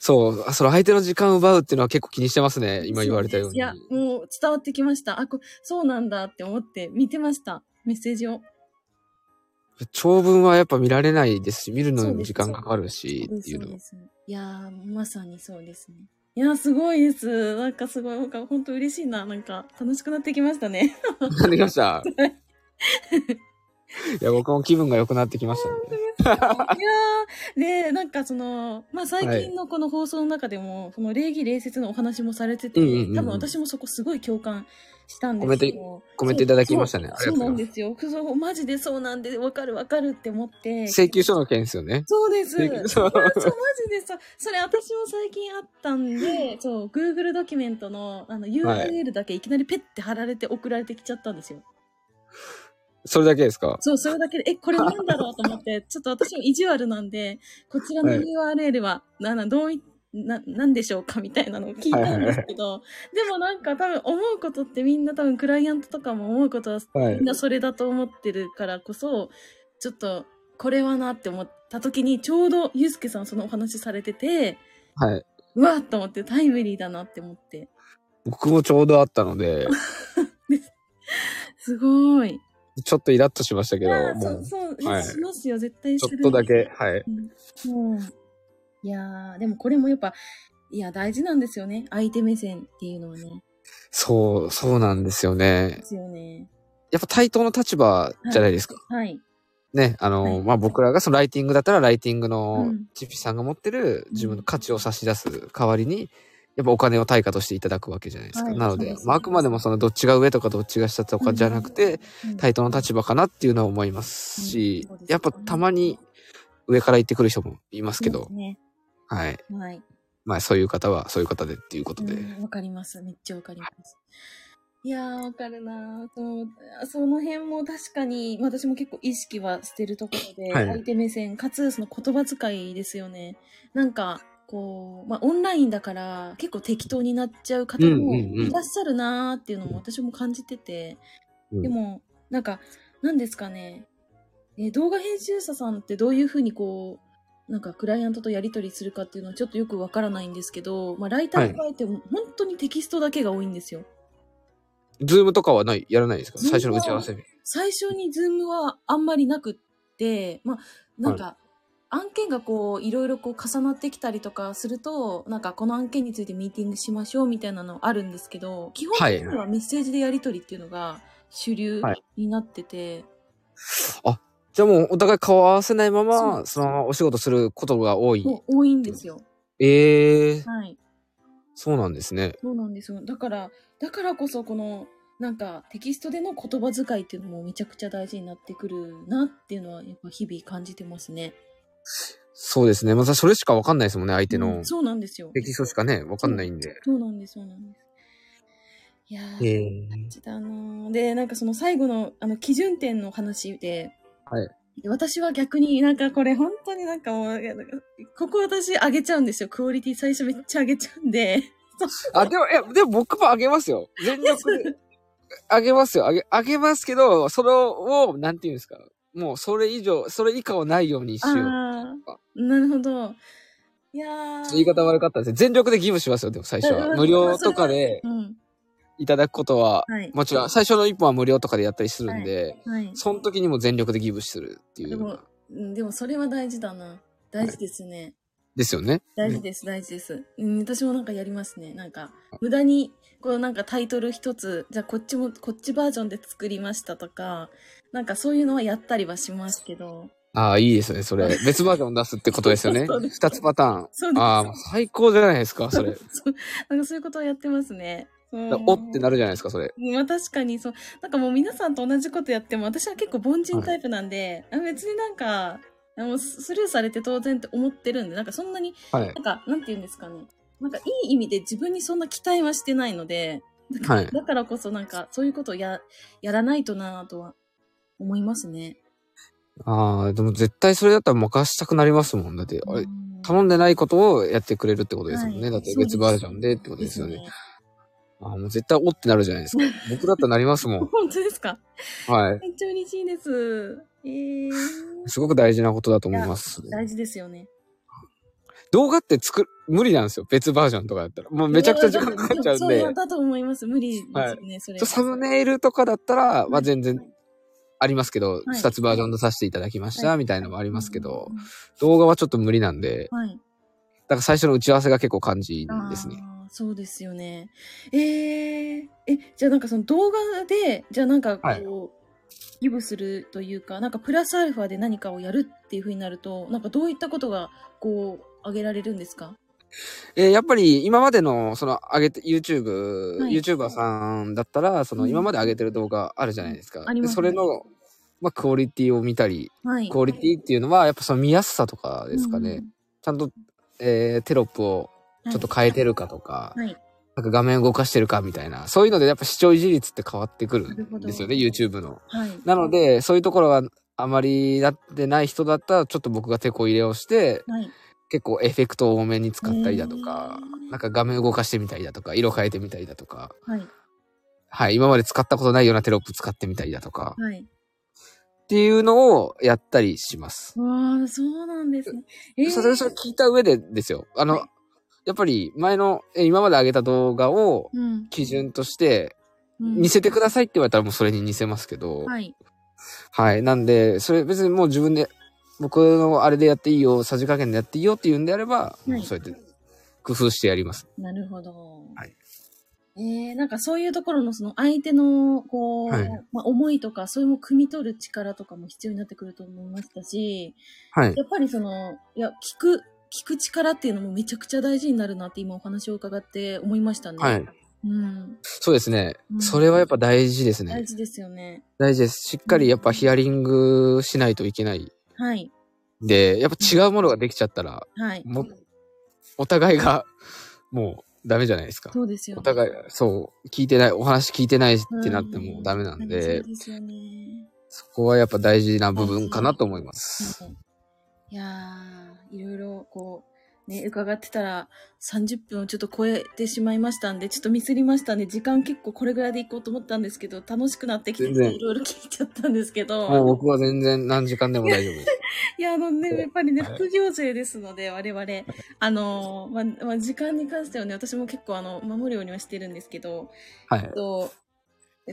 Speaker 2: そう、あその相手の時間を奪うっていうのは結構気にしてますね。今言われたよう
Speaker 1: い
Speaker 2: に。
Speaker 1: や、もう伝わってきました。あ、こそうなんだって思って見てました。メッセージを。
Speaker 2: 長文はやっぱ見られないですし、見るの
Speaker 1: そう
Speaker 2: に
Speaker 1: で
Speaker 2: も
Speaker 1: す
Speaker 2: 時間かかるし、ってい
Speaker 1: そうう
Speaker 2: の
Speaker 1: です。いやー、まさにそうですね。いやー、すごいです。なんかすごい、なんか本当 *laughs* 嬉しいな。なんか楽しくなってきましたね。
Speaker 2: は。できました。いや、僕も気分が良くなってきましたね。
Speaker 1: いやー、ねなんかその、まあ、最近のこの放送の中でも、その礼儀礼節のお話もされてて、
Speaker 2: うんうんうん
Speaker 1: 多分私もそこすごい共感したんですけど。
Speaker 2: コメントいただきましたね。あり
Speaker 1: そ
Speaker 2: が
Speaker 1: う
Speaker 2: と
Speaker 1: そうう
Speaker 2: ござ
Speaker 1: ないん
Speaker 2: ます。
Speaker 1: ですよ。そう、マジでそうなんで、わかるわかるって思って。
Speaker 2: 請求書の件ですよね。
Speaker 1: そうです。
Speaker 2: 請求書。
Speaker 1: そう、マジでさ、それ私も最近あったんで、そう、Google ドキュメントの、あの、
Speaker 2: はい
Speaker 1: URL だけいきなりペッて貼られて送られてきちゃったんですよ。
Speaker 2: それだけですか
Speaker 1: そう、それだけで、え、これなんだろうと思
Speaker 2: *laughs*
Speaker 1: って、ちょっと私も意地悪なんで、こちらの
Speaker 2: はい
Speaker 1: URL は、な、な、どうい、な、なんでしょうかみたいなのを聞いたんですけど、でもなんか多分思うことってみんな多分クライアントとかも思うことは
Speaker 2: は
Speaker 1: み
Speaker 2: い
Speaker 1: ん。なそれだと思ってるからこそ、ちょっとこれはなって思った時に、ちょうどゆうすけさんそのお話されてて、
Speaker 2: はい。
Speaker 1: うわーっと思ってタイムリーだなって思って。
Speaker 2: 僕もちょうどあったので、
Speaker 1: すごい。
Speaker 2: ちょっとイラッとしました
Speaker 1: い
Speaker 2: けど、
Speaker 1: やー、
Speaker 2: も
Speaker 1: そうう、、そう、え
Speaker 2: はい
Speaker 1: しますよ、絶対
Speaker 2: ちょ
Speaker 1: する
Speaker 2: っとだけ、はい。
Speaker 1: うんいやー、でもこれもやっぱ、いや、大事なんですよね。相手目線っていうのはね。
Speaker 2: そう、そうなんですよね
Speaker 1: で。すよね。
Speaker 2: やっぱ対等の立場じゃないですか。
Speaker 1: はい。
Speaker 2: ね、あの、
Speaker 1: はい
Speaker 2: まあ、僕らがそのライティングだったらライティングの
Speaker 1: うん
Speaker 2: チッピーさんが持ってる自分の価値を差し出す代わりに、やっぱお金を対価としていただくわけじゃないですか。
Speaker 1: はい
Speaker 2: なの
Speaker 1: そう
Speaker 2: で
Speaker 1: で、す
Speaker 2: まあ、あくまでもそのどっちが上とかどっちが下とかじゃなくて、
Speaker 1: うん
Speaker 2: 対等の立場かなっていうのは思います
Speaker 1: う
Speaker 2: し、
Speaker 1: んそうですね
Speaker 2: やっぱたまに上から言ってくる人もいますけ
Speaker 1: そ
Speaker 2: ど
Speaker 1: う、ですね。
Speaker 2: はい。
Speaker 1: はい。
Speaker 2: まあ、そういう方はそういう方でっていうことで。
Speaker 1: うんわかります。めっちゃわかります。いやー、わかるなーそうあその辺も確かに、まあ私も結構意識はしてるところで、
Speaker 2: はい
Speaker 1: 相手目線、かつその言葉遣いですよね。なんか、こう、まあオンラインだから結構適当になっちゃう方
Speaker 2: うんう
Speaker 1: も
Speaker 2: んうん
Speaker 1: いらっしゃるなーっていうのも私も感じてて、
Speaker 2: うん
Speaker 1: でも、なんか、なんですかね、え動画編集者さんってどういうふうにこう、なんかクライアントとやり取りするかっていうのはちょっとよくわからないんですけど、まあライターを加えても本当にテキストだけが多いんですよ。
Speaker 2: ズームとかはない、やらないですか
Speaker 1: Zoom
Speaker 2: 最初の打ち合わせで。
Speaker 1: 最初にズームはあんまりなくって、まあなんか、案件がこういろいろこう重なってきたりとかすると、なんかこの案件についてミーティングしましょうみたいなのあるんですけど、基本的にはメッセージでやり取りっていうのが主流
Speaker 2: はい
Speaker 1: になってて、
Speaker 2: じゃあもうお互い顔合わせないまま、
Speaker 1: そ
Speaker 2: そうのままお仕事することが多い。
Speaker 1: もう多いんですよ。
Speaker 2: ええー、
Speaker 1: はい。
Speaker 2: そうなんですね。
Speaker 1: そうなんですよ。だから、だからこそこの、なんかテキストでの言葉遣いっていうのもめちゃくちゃ大事になってくるなっていうのはやっぱ日々感じてますね。
Speaker 2: そうですね。またそれしかわかんないですもんね、相手
Speaker 1: う
Speaker 2: の
Speaker 1: ん。そうなんですよ。
Speaker 2: テキストしかね、わかんないんで。
Speaker 1: そうなんです、そうなんです。いやー、
Speaker 2: え
Speaker 1: ちょっとあのーで、なんかその最後の、あの、基準点の話で、
Speaker 2: はい
Speaker 1: で私は逆になんかこれ本当になんかもう、いやなんかここ私上げちゃうんですよ。クオリティ最初めっちゃ上げちゃうんで。
Speaker 2: あ、でも、いや、でも僕もあげますよ。全力で。あげますよ。あげ、あげますけど、それを、なんていうんですか。もう、それ以上、それ以下をないようにしよう。
Speaker 1: *laughs* ああ、なるほど。いやー。
Speaker 2: 言い方悪かったですね。全力で義務しますよ、でも最初
Speaker 1: うんう
Speaker 2: は。
Speaker 1: ん
Speaker 2: 無料とかで
Speaker 1: うん。
Speaker 2: いただくことは、
Speaker 1: はい。
Speaker 2: もちろん、最初の一本は無料とかでやったりするんで、
Speaker 1: はい。
Speaker 2: その時にも全力で義務するってい
Speaker 1: で
Speaker 2: うよう
Speaker 1: も
Speaker 2: な。、
Speaker 1: うんでもそれは大事だな。大事ですね。
Speaker 2: ですよね。
Speaker 1: 大事です、大事です。うん、私もなんかやりますね。なんか、無駄に、こうなんかタイトル一つ、じゃあこっちも、こっちバージョンで作りましたとか、なんかそういうのはやったりはしますけど。
Speaker 2: ああ、いいですね、
Speaker 1: *laughs*
Speaker 2: それ。別バージョン出すってことですよね
Speaker 1: そうで。す
Speaker 2: 二つパターン。
Speaker 1: そうです。
Speaker 2: ああ、もう最高じゃないですか、それ。
Speaker 1: そうなんかそういうことをやってますね。うん
Speaker 2: おってなるじゃないですか、それ。
Speaker 1: まあ確かにそう。なんかもう皆さんと同じことやっても、私は結構凡人タイプなんで、あ別になんか、あのススルーされて当然って思ってるんで、なんかそんなに、
Speaker 2: はい。
Speaker 1: なんか、なんて言うんですかね。なんかいい意味で自分にそんな期待はしてないので、
Speaker 2: はい。
Speaker 1: だからこそなんかそういうことをや、やらないとなぁとは思いますね。
Speaker 2: ああ、でも絶対それだったら任したくなりますもん。だって、あれ
Speaker 1: うん
Speaker 2: 頼んでないことをやってくれるってことですもんね。
Speaker 1: はい
Speaker 2: だって別バージョンでってことですよね。
Speaker 1: そうです
Speaker 2: ああ、もう絶対おってなるじゃないです
Speaker 1: *laughs*
Speaker 2: か。僕だったらなりますもん。
Speaker 1: 本当ですか
Speaker 2: はい。
Speaker 1: めっちゃ嬉しいです。え
Speaker 2: *laughs*
Speaker 1: ー、
Speaker 2: すごく大事なことだと思います。
Speaker 1: 大事ですよね。
Speaker 2: 動画って作る、無理なんですよ。別バージョンとかだったら。もうめちゃくちゃ時間かかっちゃうん
Speaker 1: そ
Speaker 2: で
Speaker 1: う。だと思います。無理ですよね、それは。
Speaker 2: サムネイルとかだったら、まあ全然
Speaker 1: はい
Speaker 2: ありますけど、
Speaker 1: い
Speaker 2: 二つバージョン出させていただきまし
Speaker 1: は
Speaker 2: た、
Speaker 1: い
Speaker 2: みたいなのもありますけど、。動画はちょっと無理なんで、
Speaker 1: はい。
Speaker 2: だから最初の打ち合わせが結構感じですね。
Speaker 1: あーそうですよね。えー、え、じゃあなんかその動画で、じゃあなんかこう、ギブするというか、なんかプラスアルファで何かをやるっていうふうになると、なんかどういったことがこう、挙げられるんですか
Speaker 2: えーやっぱり今までのその上げて YouTube、
Speaker 1: はい
Speaker 2: YouTuber さんだったらその
Speaker 1: うん
Speaker 2: 今まで上げてる動画あるじゃないですか。
Speaker 1: ありますね
Speaker 2: でそれの、まあ、クオリティを見たり、
Speaker 1: はい。
Speaker 2: クオリティっていうのはやっぱその見やすさとかですかね。
Speaker 1: うん
Speaker 2: ちゃんと、えーテロップを
Speaker 1: うん
Speaker 2: ちょっと変えてるかとか、
Speaker 1: はい。
Speaker 2: なんか画面を動かしてるかみたいな、そういうのでやっぱ視聴維持率って変わってくる
Speaker 1: なるほ
Speaker 2: ん
Speaker 1: ど
Speaker 2: ですよね、YouTube の。
Speaker 1: はい。
Speaker 2: なので、そういうところがあまりなってない人だったら、ちょっと僕が手こ入れをして、
Speaker 1: はい。
Speaker 2: 結構エフェクトを多めに使ったりだとか
Speaker 1: へ、ー
Speaker 2: なんか画面動かしてみたりだとか、色変えてみたりだとか、
Speaker 1: はい。
Speaker 2: はい、今まで使ったことないようなテロップ使ってみたりだとか、
Speaker 1: はい。
Speaker 2: っていうのをやったりします。
Speaker 1: わあ、そうなんですね。え
Speaker 2: それをそれ聞いた上でですよ。あの、
Speaker 1: はい
Speaker 2: やっぱり前の、え今まで上げた動画を
Speaker 1: うん。
Speaker 2: 基準として、
Speaker 1: うん
Speaker 2: 似せてくださいって言われたらもうそれに似せますけど、はい。
Speaker 1: はい。
Speaker 2: なんで、それ別にもう自分で、僕のあれでやっていいよ、さじ加減でやっていいよって言うんであれば、
Speaker 1: い
Speaker 2: もうそうやって工夫してやります。
Speaker 1: なるほど。
Speaker 2: はい
Speaker 1: えー、なんかそういうところのその相手のこう、
Speaker 2: はい
Speaker 1: まあ、思いとか、そういうのを汲み取る力とかも必要になってくると思いましたし、
Speaker 2: はい。
Speaker 1: やっぱりその、いや、聞く、聞く力っていうのもめちゃくちゃ大事になるなって今お話を伺って思いましたね。
Speaker 2: はい。
Speaker 1: うん。
Speaker 2: そうですね
Speaker 1: う。ん
Speaker 2: それはやっぱ大事です
Speaker 1: 大
Speaker 2: ね。
Speaker 1: 事ですよね。
Speaker 2: 大事です。しっかりやっぱヒアリングしないといけない。
Speaker 1: はい。
Speaker 2: で、やっぱ違うものができちゃったら、
Speaker 1: はい。
Speaker 2: も、お互いが、もうダメじゃないですか。
Speaker 1: そうですよね。
Speaker 2: お互い、そう、聞いてない、お話聞いてないっ
Speaker 1: うん
Speaker 2: てなってもダメなん
Speaker 1: そ
Speaker 2: で
Speaker 1: う、ですよね。
Speaker 2: そこはやっぱ大事な部分かなと思います。
Speaker 1: はいいやー、いろいろこう、ね、伺ってたら30分をちょっと超えてしまいましたんで、ちょっとミスりましたね。時間結構これぐらいで行こうと思ったんですけど、楽しくなってきて、い
Speaker 2: 全然
Speaker 1: ろいろ聞いちゃったんですけど、
Speaker 2: もう僕は全然何時間でも大丈夫です。
Speaker 1: いや、あのね、やっぱりね、
Speaker 2: はい
Speaker 1: 副業生ですので、我々、あのー、まあ、まあ、時間に関してはね、私も結構あの、守るようにはしてるんですけど、
Speaker 2: はい
Speaker 1: えっ。と、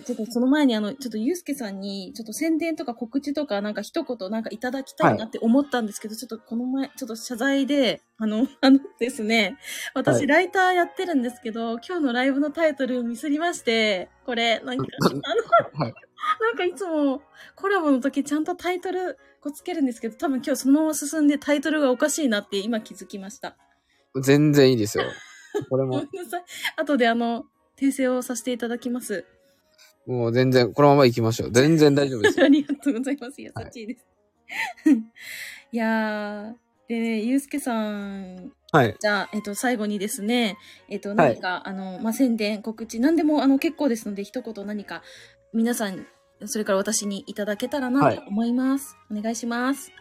Speaker 1: ちょっとその前にあの、ちょっとゆうすけさんに、ちょっと宣伝とか告知とかなんか一言なんかいただきたいなって思ったんですけど、ちょっとこの前、ちょっと謝罪で、あの、 *laughs* あのですね、私、
Speaker 2: はい
Speaker 1: ライターやってるんですけど、今日のライブのタイトルミスりまして、これ、なんか、あの、
Speaker 2: はい
Speaker 1: *laughs* なんかいつもコラボの時ちゃんとタイトルこうつけるんですけど、多分今日そのまま進んでタイトルがおかしいなって今気づきました。
Speaker 2: 全然いいですよ。これ
Speaker 1: ご
Speaker 2: も
Speaker 1: め、んなさい。後であの、訂正をさせていただきます。
Speaker 2: もう全然、このまま行きましょう。全然大丈夫ですよ。
Speaker 1: ありがとうございます。優
Speaker 2: はい
Speaker 1: しいです。 *laughs* い、やー、でね、ゆうすけさん、
Speaker 2: はい。
Speaker 1: じゃあ、えっと、最後にですね、えっと、
Speaker 2: はい
Speaker 1: 何か、あの、まあ、宣伝、告知、何でも、あの、結構ですので、一言何か、皆さん、それから私にいただけたらな
Speaker 2: はい
Speaker 1: と思います。お願いします。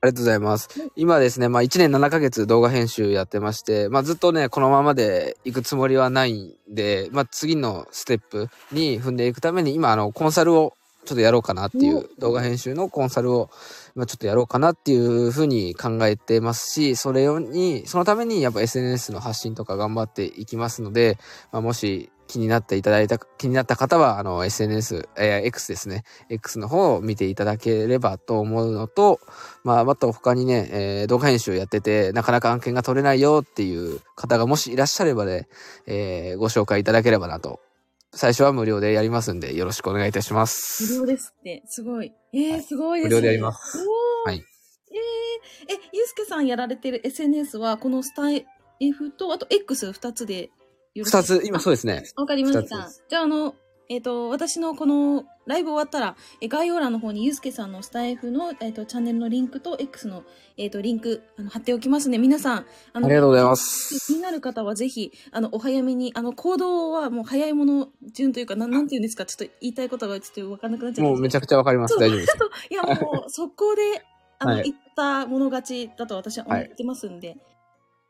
Speaker 2: ありがとうございます。今ですね、まあ1年7ヶ月動画編集やってまして、まあずっとね、このままで行くつもりはないんで、まあ次のステップに踏んでいくために、今あの、コンサルをちょっとやろうかなっていう、動画編集のコンサルを、今ちょっとやろうかなっていうふうに考えてますし、それ用に、そのためにやっぱ SNS の発信とか頑張っていきますので、まあもし気になっていただいた、気になった方は、あの、SNS、えー X ですね、X の方を見ていただければと思うのと、まあ、あと他にね、えー動画編集やってて、なかなか案件が取れないよっていう方がもしいらっしゃればね、えーご紹介いただければなと。最初は無料でやりますんで、よろしくお願いいたしま
Speaker 1: 無
Speaker 2: す。
Speaker 1: 料ですって、すごい。え
Speaker 2: は
Speaker 1: ー、
Speaker 2: い
Speaker 1: すごいです、ね。
Speaker 2: 無料でやります
Speaker 1: おー。
Speaker 2: はい
Speaker 1: えー、え、ゆうすけさんやられてる SNS は、このスタイフと、あと X2 つでよろしい
Speaker 2: 二つ、今そうですね。
Speaker 1: わかりまし
Speaker 2: 二つ
Speaker 1: た
Speaker 2: で。
Speaker 1: じゃあ、あの、えっ、と、私のこのライブ終わったら、え概要欄の方にゆうすけさんのスタイフの、えっ、と、チャンネルのリンクと X の、えっ、と、リンク、あの、貼っておきますね。皆さん、あ
Speaker 2: あ
Speaker 1: の、
Speaker 2: りがとうございま
Speaker 1: 気
Speaker 2: す。
Speaker 1: になる方はぜひ、あの、お早めに、あの、行動はもう早いもの順というか、なん、なんて言うんですか、ちょっと言いたいことがちょっとわかんなくなっちゃった
Speaker 2: もうめちゃくちゃわかります。大丈夫です。
Speaker 1: いや、もう、速攻で、あの、
Speaker 2: はい
Speaker 1: 言ったもの勝ちだと私は思ってますんで、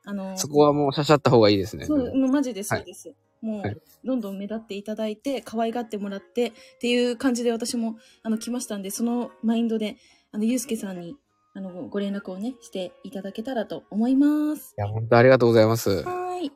Speaker 1: あの、
Speaker 2: そこはもうシャシャった方がいいですね。
Speaker 1: そう、もうマジでそうです。も、
Speaker 2: はいう
Speaker 1: どんどん目立っていただいて、可愛がってもらって、っていう感じで私も、あの、来ましたんで、そのマインドで、あの、ゆうすけさんに、あの、ご連絡をね、していただけたらと思います。
Speaker 2: いや、本当ありがとうございます。こ
Speaker 1: はーい。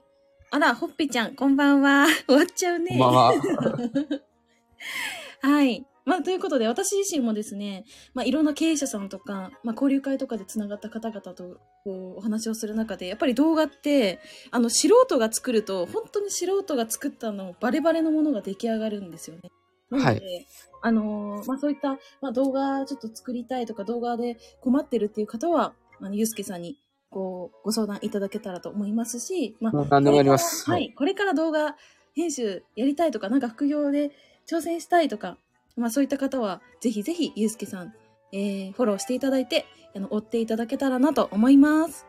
Speaker 1: あら、ほっぺちゃん、こんばんは。終わっちゃうね。
Speaker 2: んばんは。
Speaker 1: *laughs* はい。まあ、ということで、私自身もですね、まあ、いろんな経営者さんとか、まあ、交流会とかでつながった方々とこうお話をする中で、やっぱり動画って、あの、素人が作ると、本当に素人が作ったの、バレバレのものが出来上がるんですよね。なので、
Speaker 2: はい
Speaker 1: あのーまあ、そういった、まあ、動画ちょっと作りたいとか、動画で困ってるっていう方は、あの、ゆうすけさんにご、ご相談いただけたらと思いますし、まあ、
Speaker 2: 何でもやります。
Speaker 1: はい、。これから動画編集やりたいとか、なんか副業で挑戦したいとか、まあそういった方は、ぜひぜひ、ゆうすけさん、えー、フォローしていただいて、あの、追っていただけたらなと思います。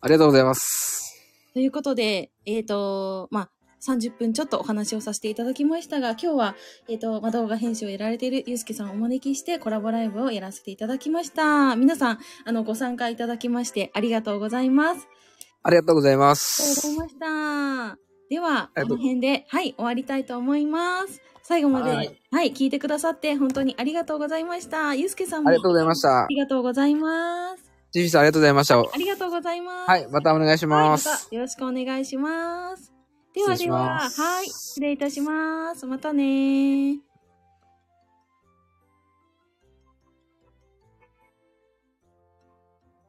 Speaker 2: ありがとうございます。
Speaker 1: ということで、えっ、と、まあ、30分ちょっとお話をさせていただきましたが、今日は、えっ、と、まあ、動画編集をやられているゆうすけさんをお招きしてコラボライブをやらせていただきました。皆さん、あの、ご参加いただきましてありがとうございます。
Speaker 2: ありがとうございま
Speaker 1: ありがとうござい
Speaker 2: す。
Speaker 1: ました。では、
Speaker 2: ありが
Speaker 1: ことの
Speaker 2: う
Speaker 1: 辺で、はい、終わりたいと思います。最後まで、は、
Speaker 2: はい
Speaker 1: 聞いてくださって、本当にありがとうございました。ゆうすけさんも、
Speaker 2: ありがとうございました
Speaker 1: あ。りがとうございます。
Speaker 2: ジフィさんありがとうございました。は
Speaker 1: ありがとうございます。
Speaker 2: い、またお願いし
Speaker 1: はい、
Speaker 2: ま。
Speaker 1: ますたよろしくお願いします。では
Speaker 2: 失
Speaker 1: で
Speaker 2: 礼し
Speaker 1: は、
Speaker 2: ます
Speaker 1: はい、失礼いたします。またねー。